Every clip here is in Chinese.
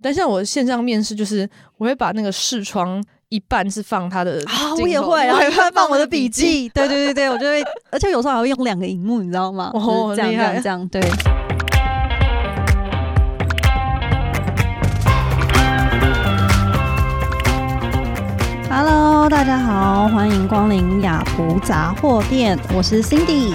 但像我线上面试，就是我会把那个视窗一半是放他的啊，镜我也头会，然后一也会放我的笔笔。记。对对对对，我就会，而且有时候还会用两个荧幕，你知道吗？哦就是这样厉这害样这样，对。Hello，大家好，欢迎光临雅福杂货店，我是 Cindy。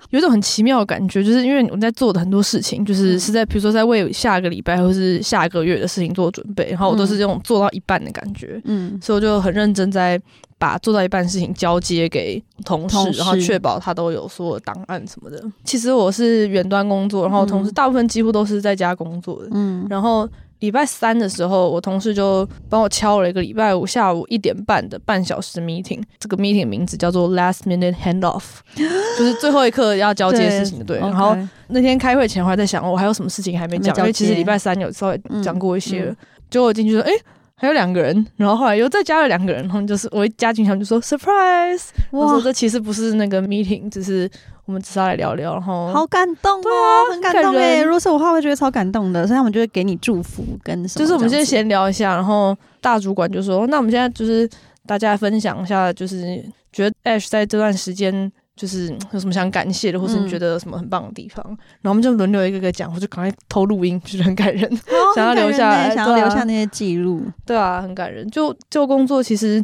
有一种很奇妙的感觉，就是因为我在做的很多事情，嗯就是是在比如说在为下个礼拜或是下个月的事情做准备，然后我都是这种做到一半的感觉。嗯，所以我就很认真在把做到一半的事情交接给同事，同事然后确保他都有所有档案什么的。其实我是远端工作，然后同事大部分几乎都是在家工作的。嗯，然后礼拜三的时候，我同事就帮我敲了一个礼拜五下午一点半的半小时 meeting。这个 meeting 名字叫做 last minute handoff，就是最后一刻要交接事情的。对，然后 OK 那天开会前我还在想，我、还有什么事情还没还没讲，交因为其实接礼拜三有稍微讲过一些嗯了。结果我进去说，哎、还有两个人，然后后来又再加了两个人，然后就是我一加进去，他们就说 surprise，我说哇，这其实不是那个 meeting，只是我们只是要来聊聊，然后好感动对啊哦，很感感动哎！人如果是我的话，我会觉得超感动的，所以他们就会给你祝福跟什么，就是我们这先样子闲聊一下，然后大主管就说，那我们现在就是大家分享一下，就是觉得 Ash 在这段时间。就是嗯有什么想感谢的，或是嗯你觉得有什么很棒的地方，然后我们就轮流一个个讲，我就赶快偷录音，就是很感人。哦很想要感留人下来欸想要对啊留下那些记录，对啊，很感人。就就工作，其实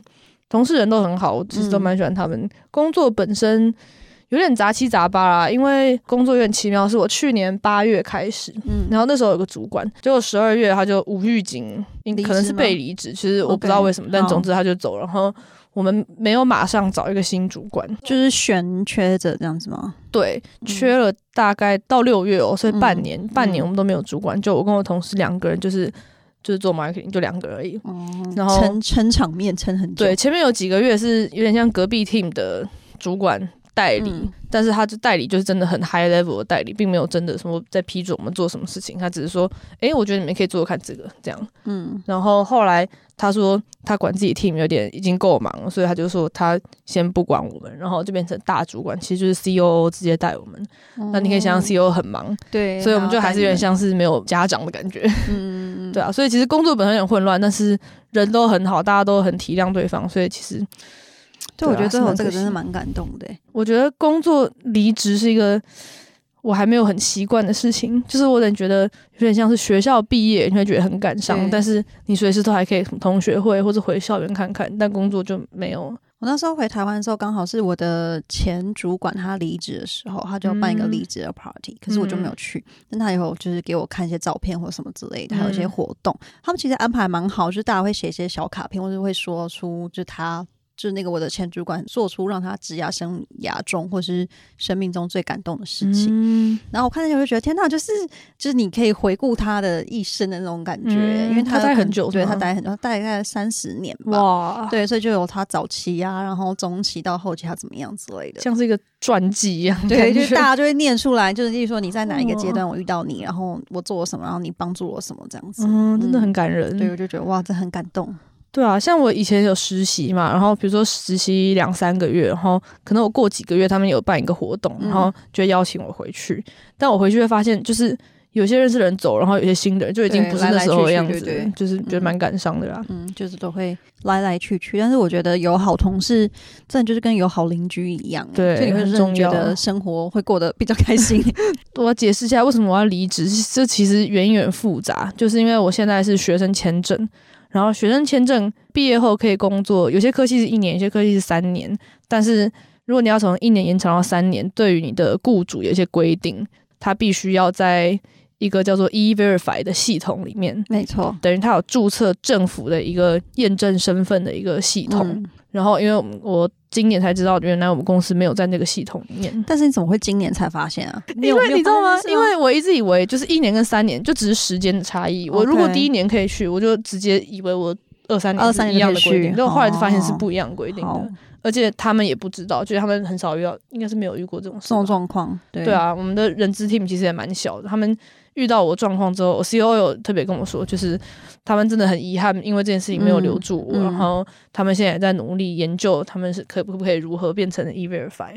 同事人都很好，我其实都嗯蛮喜欢他们。工作本身有点杂七杂八啦，因为工作有点奇妙，是我去年八月开始。嗯，然后那时候有个主管，结果十二月他就无预警，应离职可能是吗被离职，其实我不知道 OK，为什么但好总之他就走了。然后我们没有马上找一个新主管，就是悬缺着这样子吗？对，嗯缺了大概到六月哦，所以半嗯年、半年嗯我们都没有主管，就我跟我同事两个人，就是就是做 marketing 就两个而已。哦，然后撑撑场面撑很久，嗯对，前面有几个月是有点像隔壁 team 的主管代理，嗯但是他就代理就是真的很 high level 的代理，并没有真的什么在批准我们做什么事情，他只是说，诶、我觉得你们可以做做看这个这样。嗯，然后后来他说他管自己 team 有点已经够忙了，所以他就说他先不管我们，然后就变成大主管，其实就是 COO 直接带我们。那你可以想象哦 COO 很忙，对，所以我们就还是有点想，像是没有家长的感觉。嗯，嗯嗯对啊，所以其实工作本身有点混乱，但是人都很好，大家都很体谅对方，所以其实对，我对啊觉得最是后蛮这可个真惜的蛮感动的欸，我觉得工作离职是一个我还没有很习惯的事情，就是我有点觉得有点像是学校毕业，你会觉得很感伤对，但是你随时都还可以什么同学会或者回校园看看，但工作就没有。我那时候回台湾的时候，刚好是我的前主管他离职的时候，他就要办一个嗯离职的 party，、可是我就没有去。但他有就是给我看一些照片或什么之类的，还有一些嗯活动，他们其实安排蛮好，就是大家会写一些小卡片，或者会说出就他。就是那个我的前主管做出让他职涯生涯中或是生命中最感动的事情，嗯，然后我看见我就觉得天哪，就是就是你可以回顾他的一生的那种感觉，嗯因为他待可能很久是对吗他待很久，他大概三十年吧，哇，对，所以就有他早期啊，然后中期到后期他怎么样之类的。像是一个传记一样的对，感就是大觉。家就会念出来，就是例如说你在哪一个阶哦段我遇到你，然后我做了什么，然后你帮助我什么这样子。嗯，真的很感人。对，我就觉得哇，这很感动。对啊，像我以前有实习嘛，然后比如说实习两三个月，然后可能我过几个月他们有办一个活动，嗯然后就会邀请我回去，但我回去会发现就是。有些认识的人走，然后有些新的人就已经对不是来那来时候的去去样子对了，对就是觉得嗯蛮感伤的啦。嗯，就是都会来来去去，但是我觉得有好同事，真的就是跟有好邻居一样，欸对就你会很真的重觉要得生活会过得比较 开心。我要解释一下为什么我要离职，这其实原因有点复杂，就是因为我现在是学生签证，然后学生签证毕业后可以工作，有些科系是一年，有些科系是三年，但是如果你要从一年延长到三年，对于你的雇主有一些规定，他必须要在一个叫做 e verify 的系统里面。没 错，等于他有注册政府的一个验证身份的一个系统，嗯。然后因为我们我今年才知道，原来我们公司没有在那个系统里面。但是你怎么会今年才发现啊？因为你知道吗？因为为我一直以为就是一年跟三年就只是时间的差异。我如果 OK 第一年可以去，我就直接以为我二三年二三是年一样就的可以规定，去但我后来就发现是哦不一样的规定的，好，而且他们也不知道，就是他们很少遇到，应该是没有遇过这种这事吧种状况，对对，啊，我们的人资 team 其实也蛮小的，他们遇到我状况之后，我 CEO 有特别跟我说，就是他们真的很遗憾，因为这件事情没有留住我，嗯嗯然后他们现在也在努力研究，他们是可不可以如何变成 e verify。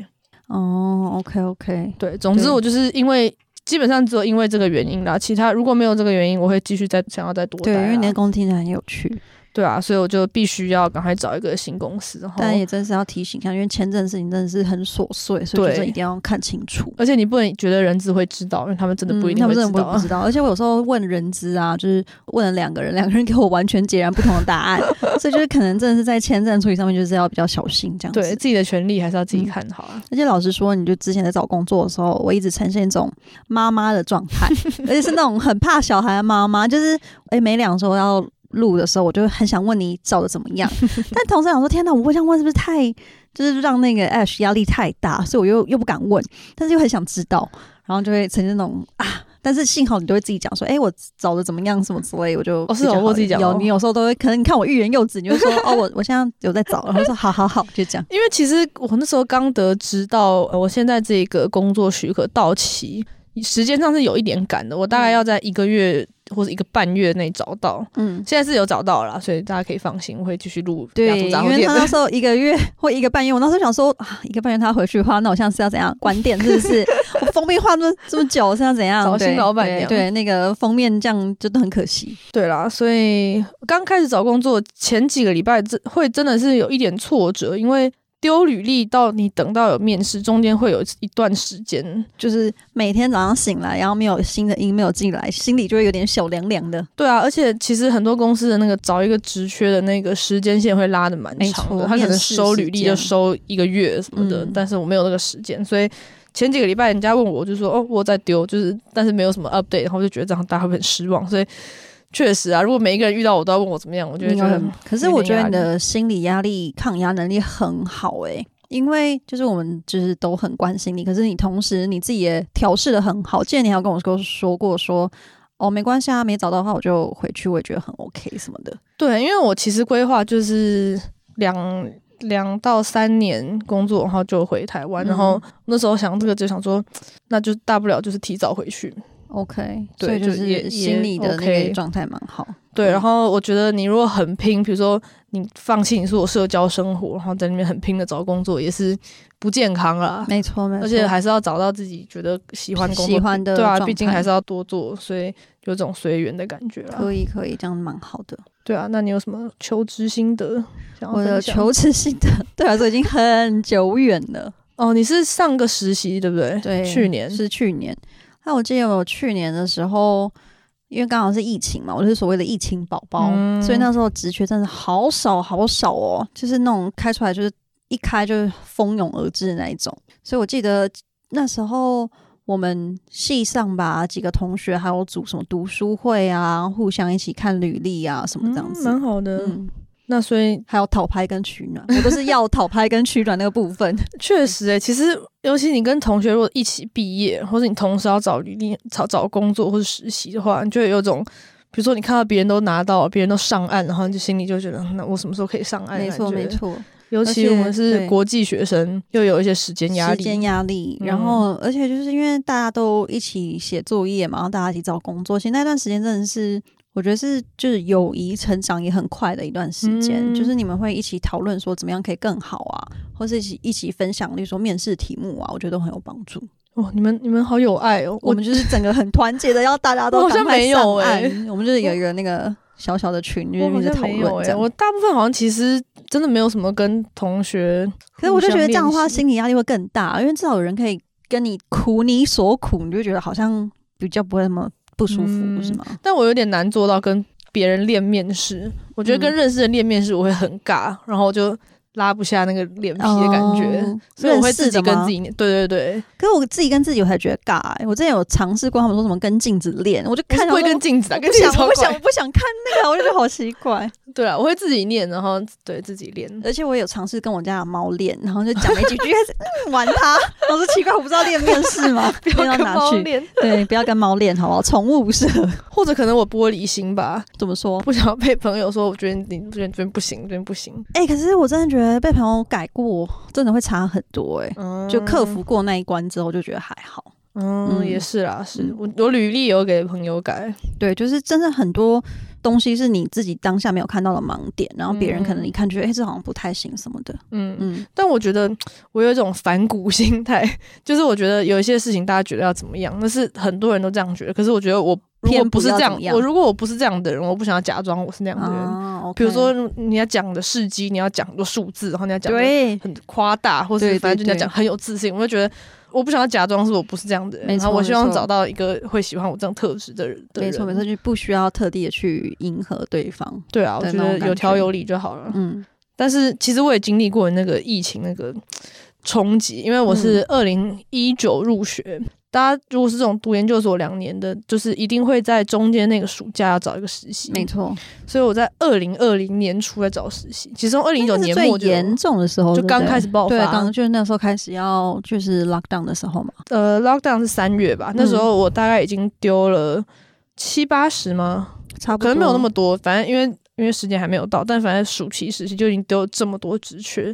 哦，OK OK，对，总之对我就是因为基本上只有因为这个原因啦，其他如果没有这个原因，我会继续再想要再多对，待因啊为你的工听很有趣，对啊，所以我就必须要赶快找一个新公司，然后但也真是要提醒一下，因为签证的事情真的是很琐碎，所以对就是一定要看清楚。而且你不能觉得人资会知道，因为他们真的不一定嗯他会们知真的道不不啊。知道，而且我有时候问人资啊，就是问了两个人，两个人给我完全截然不同的答案， 所以就是可能真的是在签证处理上面就是要比较小心这样子。对自己的权利还是要自己嗯看好啊。而且老实说，你就之前在找工作的时候，我一直呈现一种妈妈的 状态，而且是那种很怕小孩的妈妈，就是诶，每两周要录的时候，我就很想问你找的怎么 样，但同时想说，天哪，我这样问是不是太就是让那个 Ash 压力太大，所以我又又不敢问，但是又很想知道，然后就会呈现那种啊。但是幸好你都会自己讲说，诶，我找的怎么样，什么之类，我就哦是比较哦好我自己讲哦有你有时候都会，可能你看我欲言又止，你就说哦，我我现在有在找，然后说好好好，就这样。因为其实我那时候刚得知到，呃我现在这个工作许可到期，时间上是有一点赶的，我大概要在一个月或者一个半月内找到。嗯，现在是有找到了啦，所以大家可以放心，我会继续录雅对，图杂因货为店 他的那。时候一个月或一个半月，我那时候想说啊，一个半月他回去的话，那我像是要怎样关店，是不 是？我封面画这么这么久，是要怎样？找新对老板对娘对，那个封面这样真的很可惜。对啦，所以刚开始找工作前几个礼拜，真会真的是有一点挫折，因为丢履历到你等到有面试，中间会有一段时间。就是每天早上醒来，然后没有新的 email 进来，心里就会有点小凉凉的。对啊，而且其实很多公司的那个找一个职缺的那个时间线会拉的蛮长没的，错他可能面试收履历就时间收一个月什么的，嗯但是我没有那个时间，所以前几个礼拜人家问我，我就说哦我在丢，就是但是没有什么 update，然后我就觉得这样大家会很失望，所以确实啊，如果每一个人遇到我都要问我怎么样，我就会应觉该得很，可是有我点觉得压你力的心理压力抗压能力很好诶、因为就是我们就是都很关心你，可是你同时你自己也调试的很好。记得你还有跟我说说过说，哦没关系啊，没找到的话我就回去，我也觉得很 OK 什么的。对，因为我其实规划就是两两到三年工作，然后就回台湾，嗯然后那时候想这个就想说，那就大不了就是提早回去， OK，对所以就就是也是也心理的那 OK 个状态蛮好。对，嗯然后我觉得你如果很拼，比如说你放弃你所有社交生活，然后在里面很拼的找工作，也是不健康啦。嗯没错，没错，而且还是要找到自己觉得喜欢的工作，喜欢的对啊，状毕竟态还是要多做，所以有种随缘的感觉啦。可以可以，这样蛮好的。对啊，那你有什么求职心得想要我的分享？求职心得 对我啊来说已经很久远了，哦，你是上个实习对不对？对，去年是去年。那我记得我去年的时候，因为刚好是疫情嘛，我是所谓的疫情宝宝，嗯所以那时候职缺真的好少好少哦，就是那种开出来就是一开就是蜂拥而至的那一种。所以我记得那时候我们系上吧，几个同学还有组什么读书会啊，互相一起看履历啊什么这样嗯子。蛮好的。嗯，那所以还有讨拍跟取暖，我都是要讨拍跟取暖那个部 分。确实诶、欸其实尤其你跟同学如果一起毕业，或者你同时要找履历、找找工作或者实习的话，你就会有种，比如说你看到别人都拿到，别人都上岸，然后你就心里就觉得，嗯那我什么时候可以上岸？没错，没感觉。错。尤其而且我们是对国际学生，又有一些时间压时力。间压力，嗯然后、而且就是因为大家都一起写作业嘛，然后大家一起找工作，其实那段时间真的是。我觉得是就是友谊成长也很快的一段时间，嗯就是你们会一起讨论说怎么样可以更好啊，或是一起一起分享，例如说面试题目啊，我觉得都很有帮助。哦，你们你们好有爱哦！我们就是整个很团结的，要大家都我好像赶快没有上欸岸我们就是有一个那个小小的群，就我好是一直像讨没有论诶，这样。我大部分好像其实真的没有什么跟同学，可是我就觉得这样的互相话，练习心理压力会更大，因为至少有人可以跟你苦你所苦，你就觉得好像比较不会那么不舒服，嗯不是吗？但我有点难做到跟别人练面试。我觉得跟嗯认识人练面试我会很尬，然后就拉不下那个脸皮的感觉，哦所以我会自己认识的跟吗自己念。对对对，可是我自己跟自己，我还觉得尬、欸。我之前有尝试过，他们说什么跟镜子练，我就我看是不会想跟说镜子啊，我跟不镜想，子我超不想，怪我。不想看那个，我就觉得好奇 怪。对啊，我会自己念，然后对自己 练。而且我有尝试跟我家的猫练，然后就讲 了一几句，开始、嗯、玩它。我说奇怪，我不知道练面试吗？ 不要练跟到哪猫去？练，对，不要跟猫练，好不好？宠物不适合。或者可能我玻璃心吧，怎么说？不想要被朋友说，我觉得你觉得觉得不行，觉得不行，哎、可是我真的觉得被朋友改过，真的会差很多、欸。嗯，就克服过那一关之后，就觉得还好。嗯，嗯也是啦，是嗯我我履历有给朋友改，对，就是真的很多东西是你自己当下没有看到的盲点，然后别人可能嗯一看觉得，哎、这好像不太行什么的。嗯，嗯，但我觉得我有一种反骨 心态，就是我觉得有一些事情大家觉得要怎么样，那是很多人都这样觉得，可是我觉得我如果偏不不是要这怎样么，样我如果我不是这样的人，我不想要假装我是那样的人。啊，比如说你要讲的事迹，你要讲很多数字，然后你要讲得对，很夸大，或对是对反正就你要对讲很有自信，我就觉得我不想要假装是我不是这样的人，没然后错我没希望错找到一个会喜欢我这样特质的人。的没人错没错，，就不需要特地的去迎合对方。对啊，我对觉那种得感有条觉有理就好了。嗯，但是其实我也经历过那个疫情那个冲击，因为我嗯是二零一九入学。大家如果是这种读研究所两年的，就是一定会在中间那个暑假要找一个实习，没。错，所以我在二零二零年初在找实习，其实从二零一九那是年最末就有严重的时候，就对不刚对开始爆对，发刚，就是那时候开始要就是 lockdown 的时候嘛。呃，lockdown 是三月吧，那时嗯候我大概已经丢了七八十吗？差不可能没有那么多，反正因为因为时间还没有到，但反正暑期实习就已经丢这么多职缺，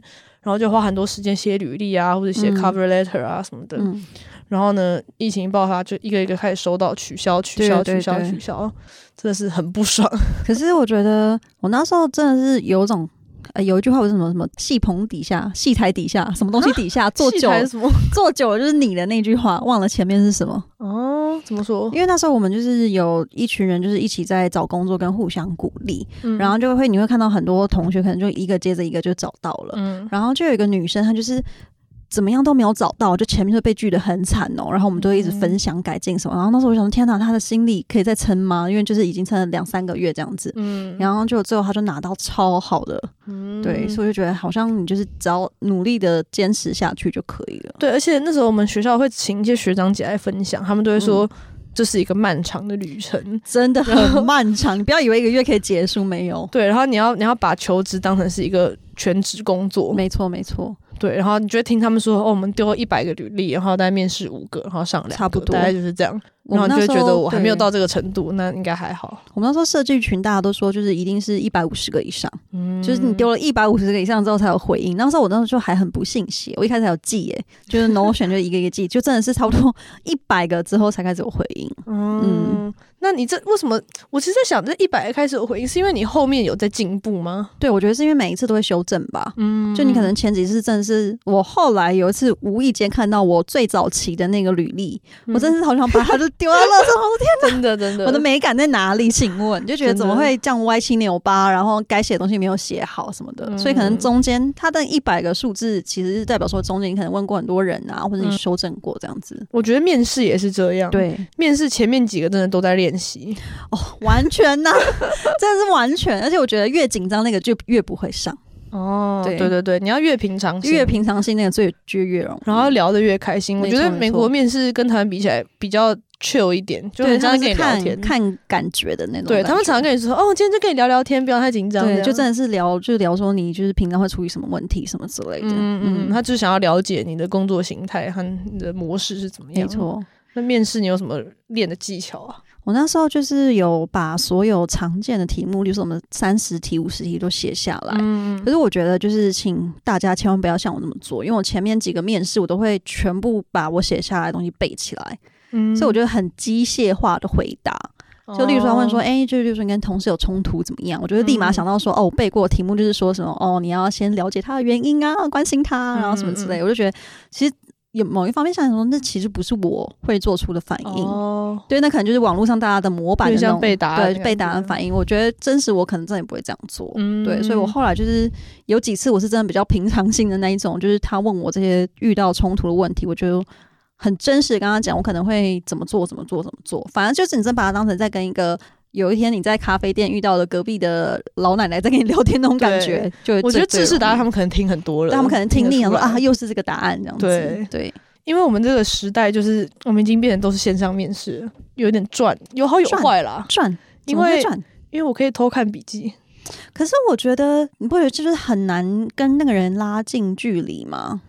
然后就花很多时间写履历啊，或者写嗯 cover letter 啊什么的。嗯，然后呢，疫情一爆发，就一个一个开始收到取消、取消、对对取消、对取消，真的是很不 爽。可是我觉得我那时候真的是有一种。呃，有一句话不是什么什么戏棚底下、戏台底下、什么东西底下坐气久还了是什 么？坐久了就是你的那句话，忘了前面是什么。哦，怎么说？因为那时候我们就是有一群人，就是一起在找工作跟互相鼓励，嗯然后就会你会看到很多同学可能就一个接着一个就找到了，嗯，然后就有一个女生，她就是怎么样都没有找到，就前面就被拒得很惨哦。然后我们就一直嗯分享改进什么。然后那时候我想说，天哪，她的心力可以再撑吗？因为就是已经撑了两三个月这样子。嗯，然后就最后她就拿到超好的，嗯对，所以我就觉得好像你就是只要努力的坚持下去就可以了。对，而且那时候我们学校会请一些学长姐来分享，他们都会嗯说、这是一个漫长的旅程。真的很漫长，你不要以为一个月可以结束，没有。对，然后你要你要把求职当成是一个全职工作，没错，没错，对，然后你就会听他们说，哦，我们丢了一百个履历，然后大概面试五个，然后上两个，差不多大概就是这样。我然后们你那就会时候觉得我还没有到对这个程度，那应该还好。我们那时候设计群，大家都说就是一定是一百五十个以上，嗯，就是你丢了一百五十个以上之后才有回应。那时候我那时候就还很不信邪，我一开始还有记耶、就是 Notion 就一个一个记，就真的是差不多一百个之后才开始有回应。 嗯，那你这为什么？我其实在想，这一百开始有回应，是因为你后面有在进步吗？对，我觉得是因为每一次都会修正吧。嗯，就你可能前几次真的是，我后来有一次无意间看到我最早期的那个履历，嗯我真的是好想把它就丢到垃圾桶。我的 天，真的真的，我的美感在哪里？请问，就觉得真的怎么会这样歪七扭八，然后该写的东西没有写好什么的，嗯所以可能中间它的一百个数字，其实是代表说中间你可能问过很多人啊，或者你嗯修正过这样子。我觉得面试也是这样。，对，面试前面几个真的都在练习。哦，完全呐、 真的是完全，而且我觉得越紧张那个就越不 会上，哦对对对对，你要越平常心越。平常心那个最就越容易。然后聊得越开心，我没觉错得没美错国面试跟台湾比起来比较 chill 一点，就对很他像在跟们是你聊看天。看感觉的那种感觉，对他们常常跟你说，哦，今天就跟你聊聊天，不要太紧张。对，就真这样的是聊，就聊说你就是平常会处理什么问题什么之类的。嗯嗯嗯，嗯他就是想要了解你的工作形态和你的模式是怎么样。没。错。那面试你有什么练的技巧啊？我那时候就是有把所有常见的题目，就是我们三十题、五十题都写下来。嗯可是我觉得，就是请大家千万不要像我那么做，因为我前面几个面试我都会全部把我写下来的东西背起来，嗯所以我觉得很机械化的回答。得就例如说他问说，哎、就例如说你跟同事有冲突怎么样？我就会立马哦嗯想到说，哦，我背过的题目就是说什么，哦，你要先了解他的原因啊，关心他，然后什么嗯之类的。我就觉得，其实有某一方面想想说，那其实不是我会做出的反应。哦，对，那可能就是网络上大家的模板有的点那种像被答案的对感被答案觉反应。我觉得真实我可能真的也不会这样做，嗯对，所以我后来就是有几次我是真的比较平常心的那一种，就是他问我这些遇到冲突的问题，我就很真实地跟他讲，我可能会怎么做怎么做怎么做，反正就是你真把它当成在跟一个。有一天你在咖啡店遇到了隔壁的老奶奶在跟你聊天那种感觉，就我觉得知识答案他们们可能听很多了，他们可能听力得想出说来啊，，又是这个答案这样子，对对，因为我们这个时代就是我们已经变成都是线上面试了，有点赚，有好有赚坏啦。赚，因怎么会为赚。因为我可以偷看笔记，可是我觉得，你不觉得就是很难跟那个人拉近距离吗？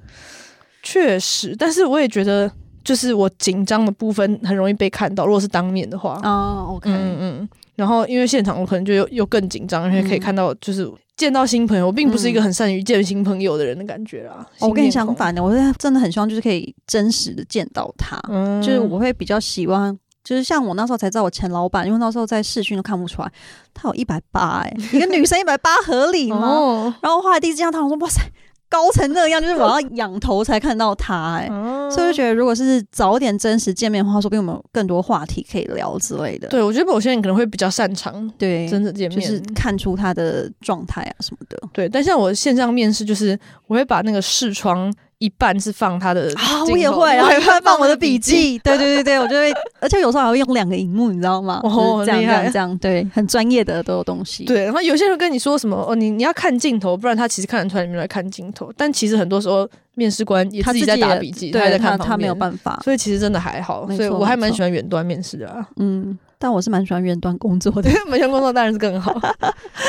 确实，但是我也觉得就是我紧张的部分很容易被看到，如果是当面的话，啊、o k 嗯嗯。然后因为现场我可能就又又更紧张，而且可以嗯看到就是见到新朋友，我并不是一个很善于见新朋友的人的感觉啦。哦我跟新你面相孔，反的，我是真的很希望就是可以真实的见到他，嗯啊就是我会比较喜欢。就是像我那时候才知道我前老板，因为那时候在视讯都看不出来，他有一百八哎，一个女生一百八合理吗？哦，然后后来第一次见到他，我说哇塞，高成那样，就是我要仰头才看到他嗯哎、所以我就得。觉得如果是早点真实见面的话，说不定我们有更多话题可以聊之类的。对，我觉得某些人可能会比较擅长对，真的见面，就是看出他的状态啊什么的。对。但像我线上面试，就是我会把那个视窗一半是放他的啊，镜我也头会，然后也一半放我的笔记。记，对对对对，我就会，而且有时候还会用两个荧幕，你知 道吗？哦就是这样厉这害样这样，对，很专业的都有东西。，对，然后有些人跟你说什么哦，你你要看镜头，不然他其实看得出来你没有在看镜头。但其实很多时候面试官也他自己自在己打也笔记，他也对在看他旁他没有边办法，所以其实真的还好，没所以错我还没蛮错喜欢远端面试的啊。嗯，但我是蛮喜欢远端工作的对。，远端工作当然是更 好。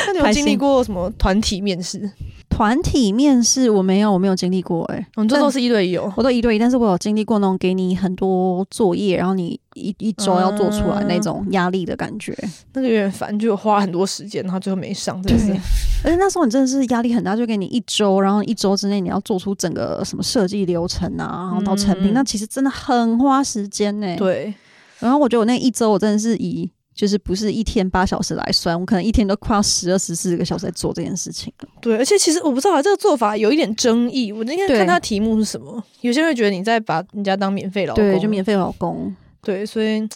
那你有开经历心过什么团体面试？团体面试我没有，我没有经历过、欸，哎，我们这都是一对一哦。我都一对一，但是我有经历过那种给你很多作业，然后你一一周要做出来那嗯种压力的感觉。那个有点烦，就花很多时间，然后最后没上，真的对是。而且那时候你真的是压力很大，就给你一周，然后一周之内你要做出整个什么设计流程啊，然后到成嗯品，那其实真的很花时间呢、，对，然后我觉得我那一周我真的是以。就是不是一天八小时来算，我可能一天都快要十二十四个小时在做这件事情。对，而且其实我不知道、啊、这个做法有一点争议。我应该对看他题目是什么。有些人会觉得你在把人家当免费劳工，对，就免费老公。对，所以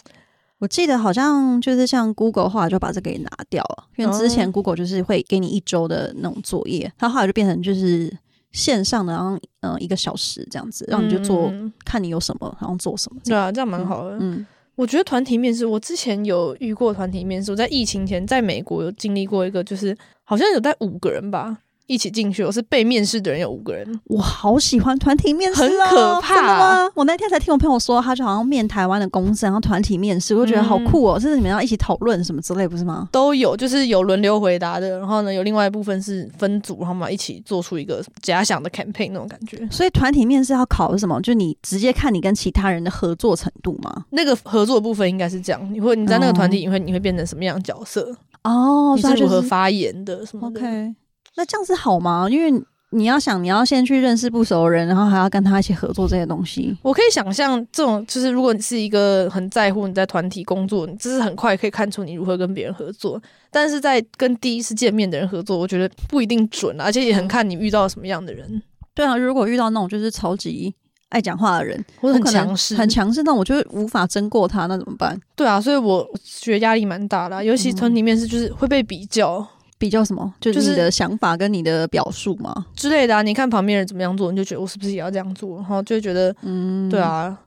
我记得好像就是像 Google 后来就把这个给拿掉了，因为之前哦 Google 就是会给你一周的那种作业，它后来就变成就是线上的，然后嗯、呃一个小时这样子，让你就做、嗯看你有什么，然后做什么这对样。啊，这样蛮好的。嗯，我觉得团体面试，我之前有遇过团体面试。我在疫情前在美国有经历过一个，就是好像有带五个人吧一起进去，我是被面试的人有五个人。我好喜欢团体面试、哦，很可怕真的吗？我那天才听我朋友说，他就好像面台湾的公司，然后团体面试，我就觉得好酷哦，甚至你们要一起讨论什么之类，不是吗？都有，就是有轮流回答的，然后呢，有另外一部分是分组，然后嘛一起做出一个假想的 campaign 那种感觉。所以团体面试要考的是什么？就你直接看你跟其他人的合作程度吗？那个合作的部分应该是这样，你会你在那个哦团体你会你会变成什么样的角色？哦，你所是以如他就何是发言的什么的 OK，那嗯这样子好吗？因为你要想，你要先去认识不熟的人，然后还要跟他一起合作这些东西。我可以想象，这种就是如果你是一个很在乎你在团体工作，你这是很快可以看出你如何跟别人合作。但是在跟第一次见面的人合作，我觉得不一定准啊，而且也很看你遇到什么样的人，对啊，如果遇到那种就是超级爱讲话的人，或者我很可能强势，很强势，那我就会无法争过他，那怎么办？对啊，所以我觉得压力蛮大的啊、尤其嗯团体面试就是会被比较比较什么？就是就是你的想法跟你的表述嘛。之类的啊。你看旁边人怎么样做，你就觉得我是不是也要这样做，然后就会觉得嗯，对，啊，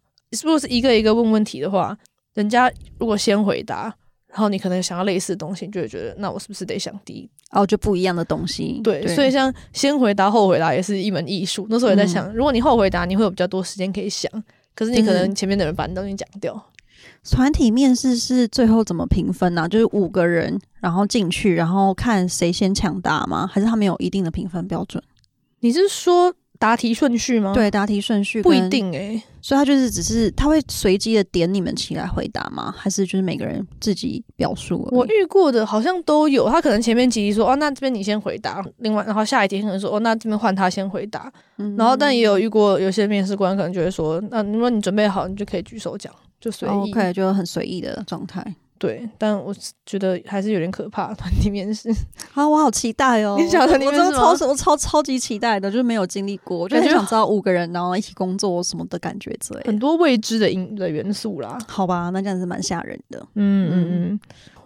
如果是一个一个问问题的话，人家如果先回答，然后你可能想要类似的东西，你就会觉得那我是不是得想第一哦，就不一样的东西。对，嗯所以像先回答后回答也是一门艺术。那时候也在想，如果你后回答，你会有比较多时间可以想，可是你就是可能前面的人把你东西讲掉。团体面试是最后怎么评分呢、就是五个人，然后进去，然后看谁先抢答吗？还是他们有一定的评分标准？你是说答题顺序吗？，对，答题顺序嗯不一跟定诶、欸所以他就是只是他会随机的点你们起来回答吗？还是就是每个人自己表述而已？我遇过的好像都有，他可能前面几题说哦，那这边你先回答，另外然后下一题可能说哦，那这边换他先回答。嗯然后但也有遇过有些面试官可能就会说，那如果你准备好，你就可以举手讲，就随哦意。 OK 就很随意的状态。对，但我是觉得还是有点可怕， 团体面试。啊，我好期待哦！你想我的你我们真的是吗超我超超级期待的，就是没有经历过，我就很感觉嗯想知道五个人然后一起工作什么的感觉之类的很多未知的因的元素啦。好吧，那这样子蛮吓人的。嗯嗯嗯，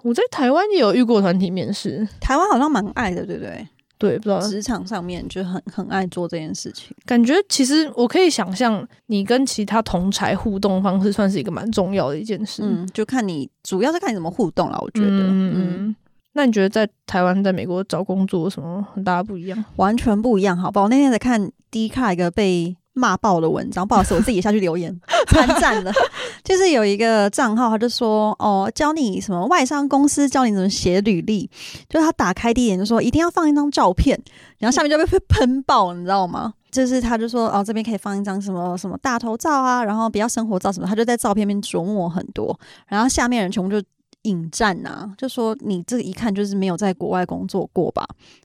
我在台湾也有遇过团体面试，台湾好像蛮爱的，对不对？对，不知道职场上面就很很爱做这件事情。感觉其实我可以想象，你跟其他同才互动方式算是一个蛮重要的一件事。嗯，就看你主要是看你怎么互动了，我觉得，嗯嗯，嗯。那你觉得在台湾、在美国找工作有什么很大的不一样？完全不一样，好不好？我那天在看 D 卡一个被骂爆的文章，不好意思，我自己也下去留言参战了。就是有一个账号，他就说哦，教你什么外商公司教你怎么写履历，就是他打开第一眼就说一定要放一张照片，然后下面就被被喷爆，你知道吗？就是他就说哦，这边可以放一张什么什么大头照啊，然后不要生活照什么，他就在照片面琢磨很多，然后下面人全部就。引战呐、就说你这一看就是没有在国外工作过吧？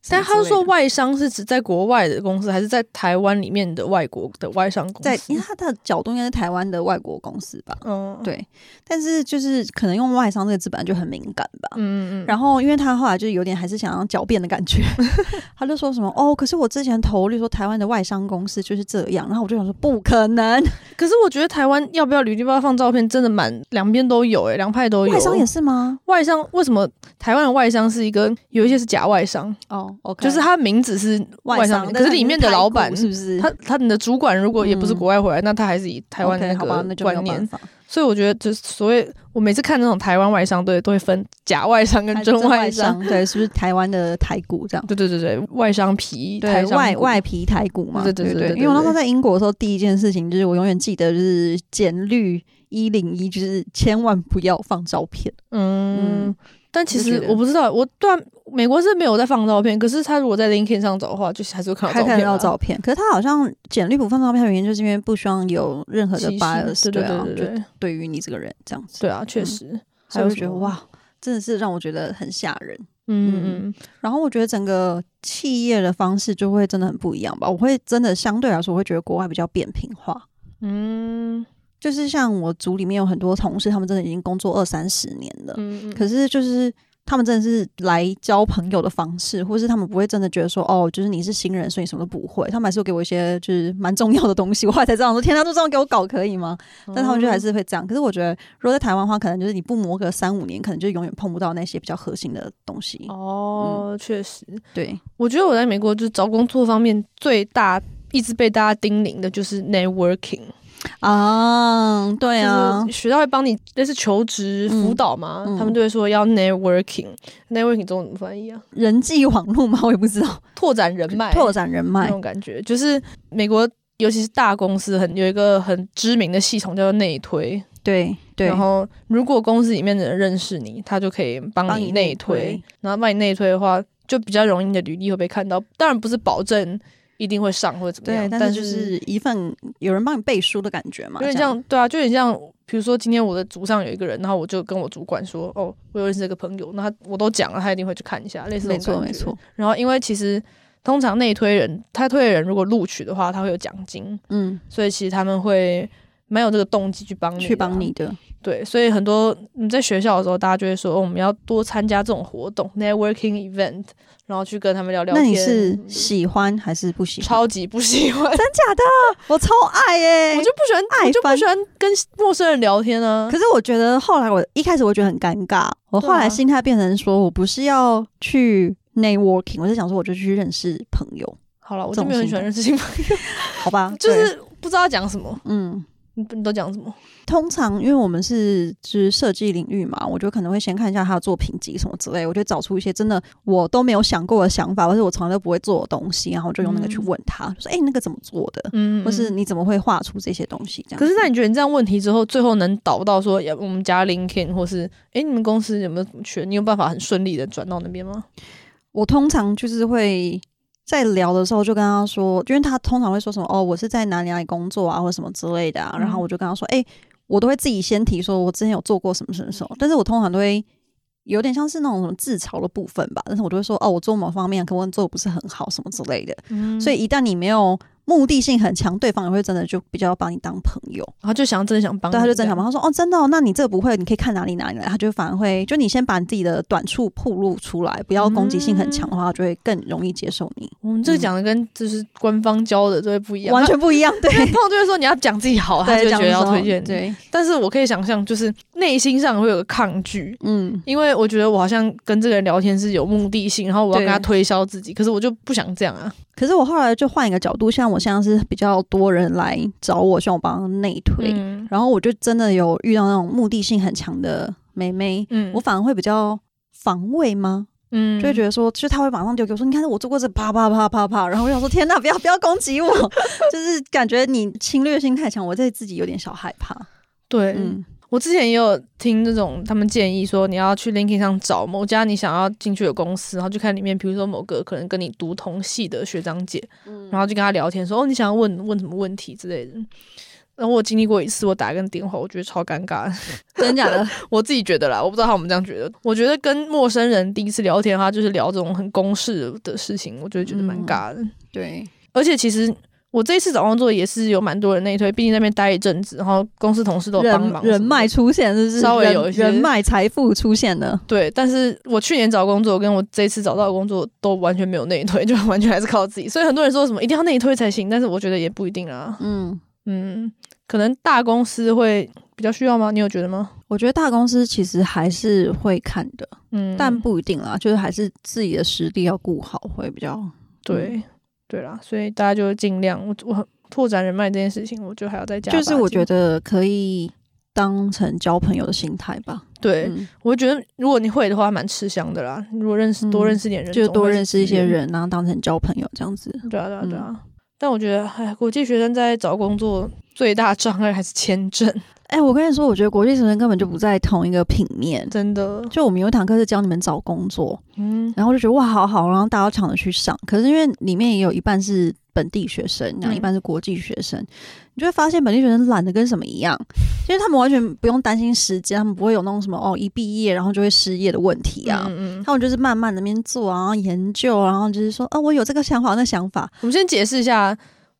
但什么他之是说类的外商是指在国外的公司，还是在台湾里面的外国的外商公在，司因为？他的角度应该是台湾的外国公司吧，嗯，对。但是就是可能用外商这个字本来就很敏感吧。嗯，嗯嗯。然后，因为他后来就有点还是想要狡辩的感 觉，他就说什么哦，可是我之前投律说台湾的外商公司就是这样，然后我就想说不可能，可是我觉得台湾要不要履历不要放照片，真的蛮两边都有诶、欸两派都有。外商也是吗？外商为什么台湾的外商是一个有一些是假外商，哦，OK，就是他名字是外商，商，可是里面的老但板是它是他排骨他你的主管如果也不是嗯国外回来，那他还是以台湾 OK，那好吧，那个就没有观办念，法，所以我觉得就是所谓我每次看那种台湾外商都都会分假外商跟还是真外商，商对，是不是台湾的台股这样？对对对对，外商皮对台商外骨外皮台股嘛，对对对对对对因为我那时候在英国的时候，第一件事情就是我永远记得就是简率一零一，就是千万不要放照片。嗯嗯。但其就实觉得我不知道，我对啊美国是没有在放照片，可是他如果在 LinkedIn 上找的话，就是还是会看到还照片、啊。看得到照片，可是他好像简率不放照片的原因，就是因为不希望有任何的歧视 bias，对对啊，对对就对，对嗯于你这个人这样子，对啊，确实。所以我就什觉得么，哇，真的是让我觉得很吓人。嗯嗯然后我觉得整个企业的方式就会真的很不一样吧，我会真的相对来说，我会觉得国外比较扁平化。嗯就是像我组里面有很多同事，他们真的已经工作二三十年了，嗯，可是就是他们真的是来交朋友的方式，或是他们不会真的觉得说哦，就是你是新人，所以你什么都不会。他们还是会给我一些就是蛮重要的东西，我后来才知道说天呐，都这样给我搞可以吗？哦但他们就还是会这样。可是我觉得如果在台湾的话，可能就是你不磨个三五年，可能就永远碰不到那些比较核心的东西。哦，确实，对，我觉得我在美国就是找工作方面最大一直被大家叮咛的就是 networking，啊，对啊就，是学校会帮你类似求职辅导嘛，嗯嗯他们就会说要 networking，networking 中文怎么翻译啊？人际网络嘛，我也不知道，拓展人脉，拓展人那脉。种感觉，就是美国。尤其是大公司很有一个很知名的系统叫做内推，对对，然后如果公司里面的人认识你，他就可以帮帮你你内内推，推然后帮你内推的话，就比较容易你的履历会被看到。当然不是保证一定会上或者怎么对，样，但但是就是一份有人帮你背书的感觉嘛，有点这样像，对啊，就有点像，比如说今天我的组上有一个人，然后我就跟我主管说，哦，我有认识一个朋友，那他我都讲了，他一定会去看一下，类似这没种错感没觉错。，然后因为其实通常内推人，他推的人如果录取的话，他会有奖金，嗯，所以其实他们会蛮有这个动机去帮你的啊去帮你的，对，所以很多你在学校的时候，大家就会说、哦我们要多参加这种活动 （networking event），然后去跟他们聊聊那天。嗯你是喜欢还是不喜欢？超级不喜 欢，我 我超爱耶、就不喜欢，爱我就不翻喜欢跟陌生人聊天啊。可是我觉得后来我一开始我觉得很尴尬，我后对啊来心态变成说我不是要去 networking，我是想说我就去认识朋友，好了，我就这种没有很心喜欢态认识新朋友，好吧？ 就是对不知道要讲什么。嗯。你你都讲什么？通常因为我们是就是设计领域嘛，我就可能会先看一下他的作品集什么之类，我就找出一些真的我都没有想过的想法，或者我从来都不会做的东西，然后我就用那个去问他，就说哎、诶那个怎么做的，嗯或是你怎么会画出这些东西这样子？可是那你觉得你这样问题之后，最后能导到说，要我们加 LinkedIn，或是诶，你们公司有没有什么缺？你有办法很顺利的转到那边吗？我通常就是会在聊的时候就跟他说，因为他通常会说什么哦，我是在哪里哪里工作啊，或者什么之类的啊，嗯然后我就跟他说，哎、我都会自己先提说，我之前有做过什么什么什么，但是我通常都会。有点像是那种什么自嘲的部分吧，但是我就会说哦，我做某方面可能做得不是很好什么之类的。嗯所以一旦你没有目的性很强，对方也会真的就比较把你当朋友。他就想真的想帮你，对，他就真想帮。嘛，他说哦，真的、哦，那你这个不会，你可以看哪里哪里来，他就反而会，就你先把你自己的短处暴露出来，不要攻击性很强的嗯话，他就会更容易接受你，我们这个讲的跟就是官方教的都会不一样，嗯完全 不一样，对他。他通常就会说你要讲自己好，他就对，会讲觉的得时要候推荐你。对，但是我可以想象，就是内心上会有个抗拒，嗯，因为我觉得我好像跟这个人聊天是有目的性，然后我要对跟他推销自己，可是我就不想这样啊。可是我后来就换一个角度，像我现在是比较多人来找我，希望我帮他内推，嗯然后我就真的有遇到那种目的性很强的妹妹，嗯我反而会比较防卫吗？嗯就会觉得说，就是他会马上丢给我说，你看我做过这啪啪啪啪啪，然后我想说，天哪，不要不要攻击我，就是感觉你侵略性太强，我对自己有点小害怕。对，嗯，我之前也有听这种，他们建议说你要去 LinkedIn 上找某家你想要进去的公司，然后就看里面，比如说某个可能跟你读同系的学长姐，然后就跟他聊天说哦，你想要问问什么问题之类的。然后我经历过一次，我打一个电话，我觉得超尴尬，真假的，我自己觉得啦，我不知道他们这样觉得。我觉得跟陌生人第一次聊天的话，就是聊这种很公事的事情，我就会觉得嗯蛮尬的。 对，而且其实我这一次找工作也是有蛮多人内推，毕竟在那边待一阵子，然后公司同事都有帮人忙，人脉。出现，是不是稍微人有一些人脉财富出现了。对，但是我去年找工作跟我这次找到的工作都完全没有内推，就完全还是靠自己。所以很多人说什么一定要内推才行，但是我觉得也不一定啊。嗯，嗯，可能大公司会比较需要吗？你有觉得吗？我觉得大公司其实还是会看的，嗯，但不一定啦，就是还是自己的实力要顾好会比较。嗯对对啦，所以大家就尽量我我拓展人脉这件事情，我就还要再加把就劲。是我觉得可以当成交朋友的心态吧。对，嗯我觉得如果你会的话，蛮吃香的啦。如果认识多嗯认识点人，就总会多是认识一资些源。人，然后当成交朋友这样子。对啊，对啊，对嗯啊。但我觉得，哎，国际学生在找工作最大障碍还是签证，哎、我跟你说，我觉得国际学生根本就不在同一个平面。真的。就我们有一堂课是教你们找工作，嗯，然后我就觉得哇，好好，然后大家抢着去上。可是因为里面也有一半是本地学生，然后一嗯半是国际学生，你就会发现本地学生懒得跟什么一样，因为他们完全不用担心时间，他们不会有那种什么哦，一毕业然后就会失业的问题啊。嗯嗯。他们就是慢慢的边做啊，然后研究，然后就是说，啊，我有这个想法，那想法，我们先解释一下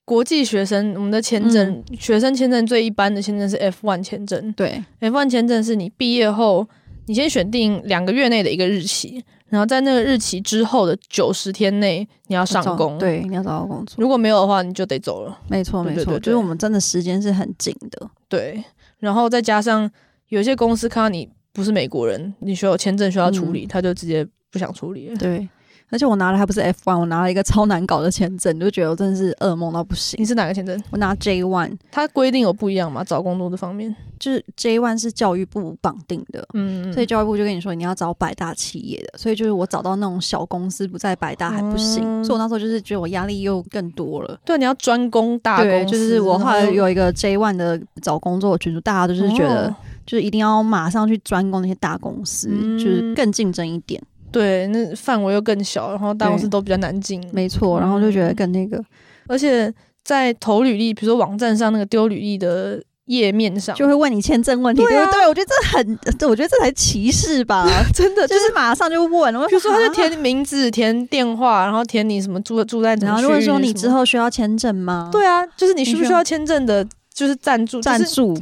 国际学生，我们的签证，嗯学生签证最一般的签证是 F one 签证。对， F one 签证是你毕业后，你先选定两个月内的一个日期，然后在那个日期之后的九十天内你要上找工。，对，你要找到工作。如果没有的话，你就得走了。没错，对没对错，对就是我们真的时间是很紧的。对，然后再加上有些公司看到你不是美国人，你需要有签证需要处嗯理，他就直接不想处理了。对，而且我拿的还不是 F one，我拿了一个超难搞的签证，就觉得我真的是噩梦到不行你。是哪个签证？我拿 J one，它规定有不一样吗？找工作的方面？就是 J one 是教育部绑定的。嗯，所以教育部就跟你说，你要找百大企业的，所以就是我找到那种小公司不在百大还不行，嗯所以我那时候就是觉得我压力又更多了。对，你要专攻大对，公司，就是我然后后来有一个 J one 的找工作群组，大家都是觉得哦就是一定要马上去专攻那些大公司，嗯就是更竞争一点。对，那范围又更小，然后大公司对都比较难进，没错，然后就觉嗯得更那个，而且在投履历，比如说网站上那个丢履历的页面上，就会问你签证问题，对对啊不对？我觉得这很，这我觉得这才歧视吧，真的就 就是，是马上就问，我比如说他就啊填名字、填电话，然后填你什么住住在哪然后个就区域问什么，说你之后需要签证吗？，对啊，就是你需不你需需要要签证的，就是赞助赞。就是助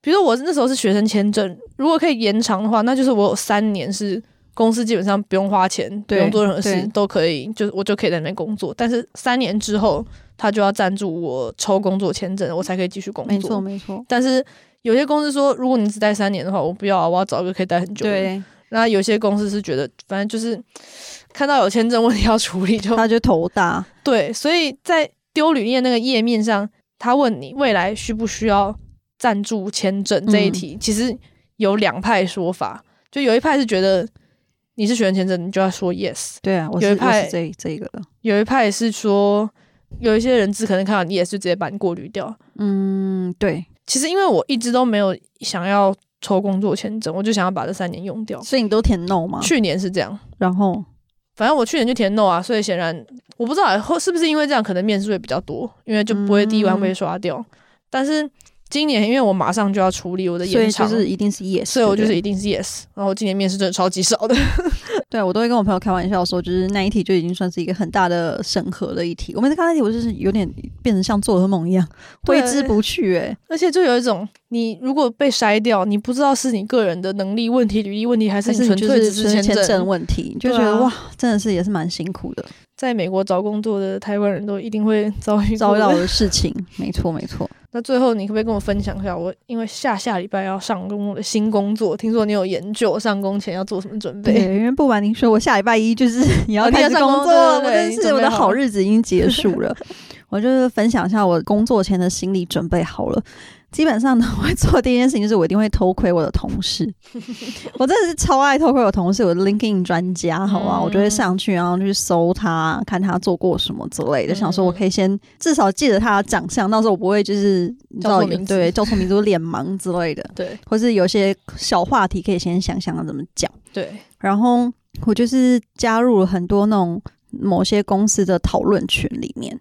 比如说我那时候是学生签证，如果可以延长的话，那就是我有三年是公司基本上不用花钱，不对用做任何事对都可以，就是我就可以在那边工作。但是三年之后，他就要赞助我抽工作签证，我才可以继续工没错作。没错，但是有些公司说，如果你只待三年的话，我不要啊，我要找一个可以待很久的。。对，那有些公司是觉得，反正就是看到有签证问题要处理就他就头大， 对，所以在丢履历的那个页面上，他问你未来需不需要赞助签证这一嗯题，其实有两派说法，就有一派是觉得你是学生签证，你就要说 yes；对啊，我有是一我派是这这个的，有一派是说，有一些人资可能看到你 yes 就直接把你过滤掉。嗯，对，其实因为我一直都没有想要抽工作签证，我就想要把这三年用掉。所以你都填 no 吗？去年是这样，然后反正我去年就填 no 啊，所以显然我不知道后是不是因为这样，可能面试会比较多，因为就不会第一嗯关被刷掉。但是今年因为我马上就要处理我的所延以就长，是一定是 yes，所以我对就不是对一定是 yes。然后今年面试真的超级少的， 对我都会跟我朋友开玩笑说，就是那一题就已经算是一个很大的审核的一题。我们刚才那题我就是有点变成像做噩梦一样，挥对之不去、欸。而且就有一种，你如果被筛掉，你不知道是你个人的能力问题、履历问题，还是但你是纯你就粹是只是签签证证。问题，你就觉对得、啊哇，真的是也是蛮辛苦的，在美国找工作的台湾人都一定会遭遇遭过遇到的。的事情，没错没错。那最后，你可不可以跟我分享一下？我因为下下礼拜要上工的新工作，听说你有研究上工前要做什么准对，备？因为不瞒您说，我下礼拜一就是 也要哦你开要始上工工作了，对我对对真你是准我备的好好了日子已经结束了。我就是分享一下我工作前的心理准备好了。基本上呢，我会做的第一件事情就是我一定会偷窥我的同 事，我真的是超爱偷窥我同事，我的 LinkedIn 专家，好吧，嗯我就会上去然后去搜他，看他做过什么之类的，嗯想说我可以先至少记得他的长相，到时候我不会就是你知叫道错有名字对叫错名字、脸盲之类的，对或是有些小话题可以先想想要怎么讲。对，然后我就是加入了很多那种某些公司的讨论群里面，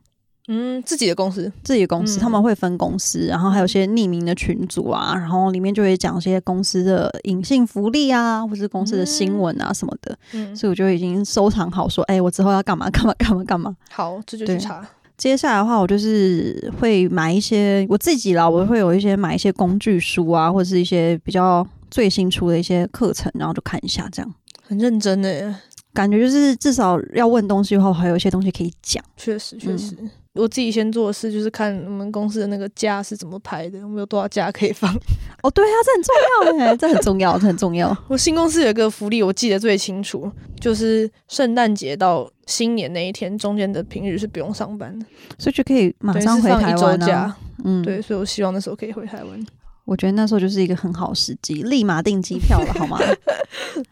嗯，自己的公司，自己公司、嗯他们会分公司，然后还有些匿名的群组啊，然后里面就会讲一些公司的隐性福利啊，或是公司的新闻啊什么的，嗯，所以我就已经收藏好说，哎、我之后要干嘛干嘛干嘛干嘛。好，这就对去查。接下来的话，我就是会买一些我自己啦，我会有一些买一些工具书啊，或是一些比较最新出的一些课程，然后就看一下这样。很认真欸的，感觉就是至少要问东西后，还有一些东西可以讲。确实确嗯实。我自己先做的事就是看我们公司的那个假是怎么排的，我们有多少假可以放。 哦，对啊，这很 重要哎、这很重要，这很重要。我新公司有一个福利，我记得最清楚，就是圣诞节到新年那一天中间的平日是不用上班的，所以就可以马对，上是回放台一周湾啊。假，嗯，对，，所以我希望那时候可以回台湾。我觉得那时候就是一个很好时机，立马订机票了，好吗？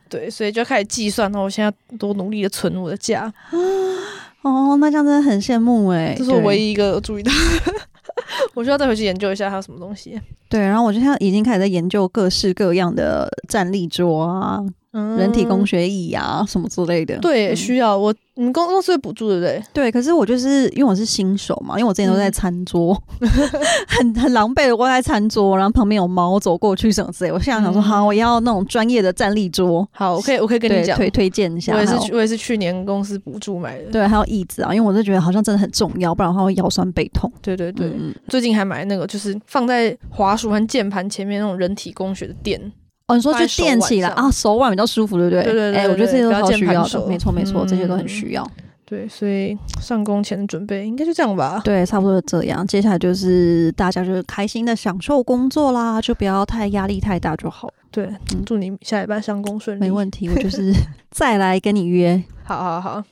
对，所以就开始计算，那我现在多努力的存我的假，哦，那这样真的很羡慕哎、这是我对唯一一个有注意到。 我需要再回去研究一下还有什么东西，对。然后我就现在已经开始在研究各式各样的站立桌啊、嗯人体工学椅啊什么之类的。对、嗯需要我，你们公公司会补助对不对？对，可是我就是因为我是新手嘛，因为我之前都在嗯餐桌， 很很狼狈的窝在餐桌，然后旁边有猫走过去什么之类的。我现在想说，嗯好，我要那种专业的站立桌，好，我可以我可以跟对你，讲，推推荐一下。我也还是有去我也是去年公司补助买的，对，还有椅子啊，因为我就觉得好像真的很重要，不然的话会腰酸背痛。对对对，嗯、嗯最近还买那个，就是放在滑鼠和键盘前面那种人体工学的垫，哦，你说放在就垫起来手腕上啊，手腕比较舒服，对不对？对对对哎、我觉得这对些都不要超键需盘要的，手没错没错，这些都很嗯需要。对，所以上工前的准备应该就这样吧。对，差不多就这样。接下来就是大家就是开心的享受工作啦，就不要太压力太大就好。对，祝你下礼拜上工顺利。嗯没问题，我就是 再来跟你约。好好好。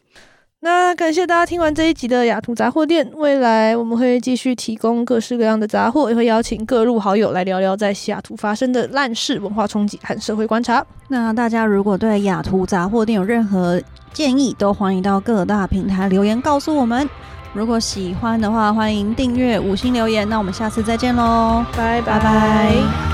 那感谢大家听完这一集的雅图杂货店。未来我们会继续提供各式各样的杂货，也会邀请各路好友来聊聊在西雅图发生的烂事、文化冲击和社会观察。那大家如果对雅图杂货店有任何建议，都欢迎到各大平台留言告诉我们。如果喜欢的话，欢迎订阅、五星留言。那我们下次再见喽，拜拜拜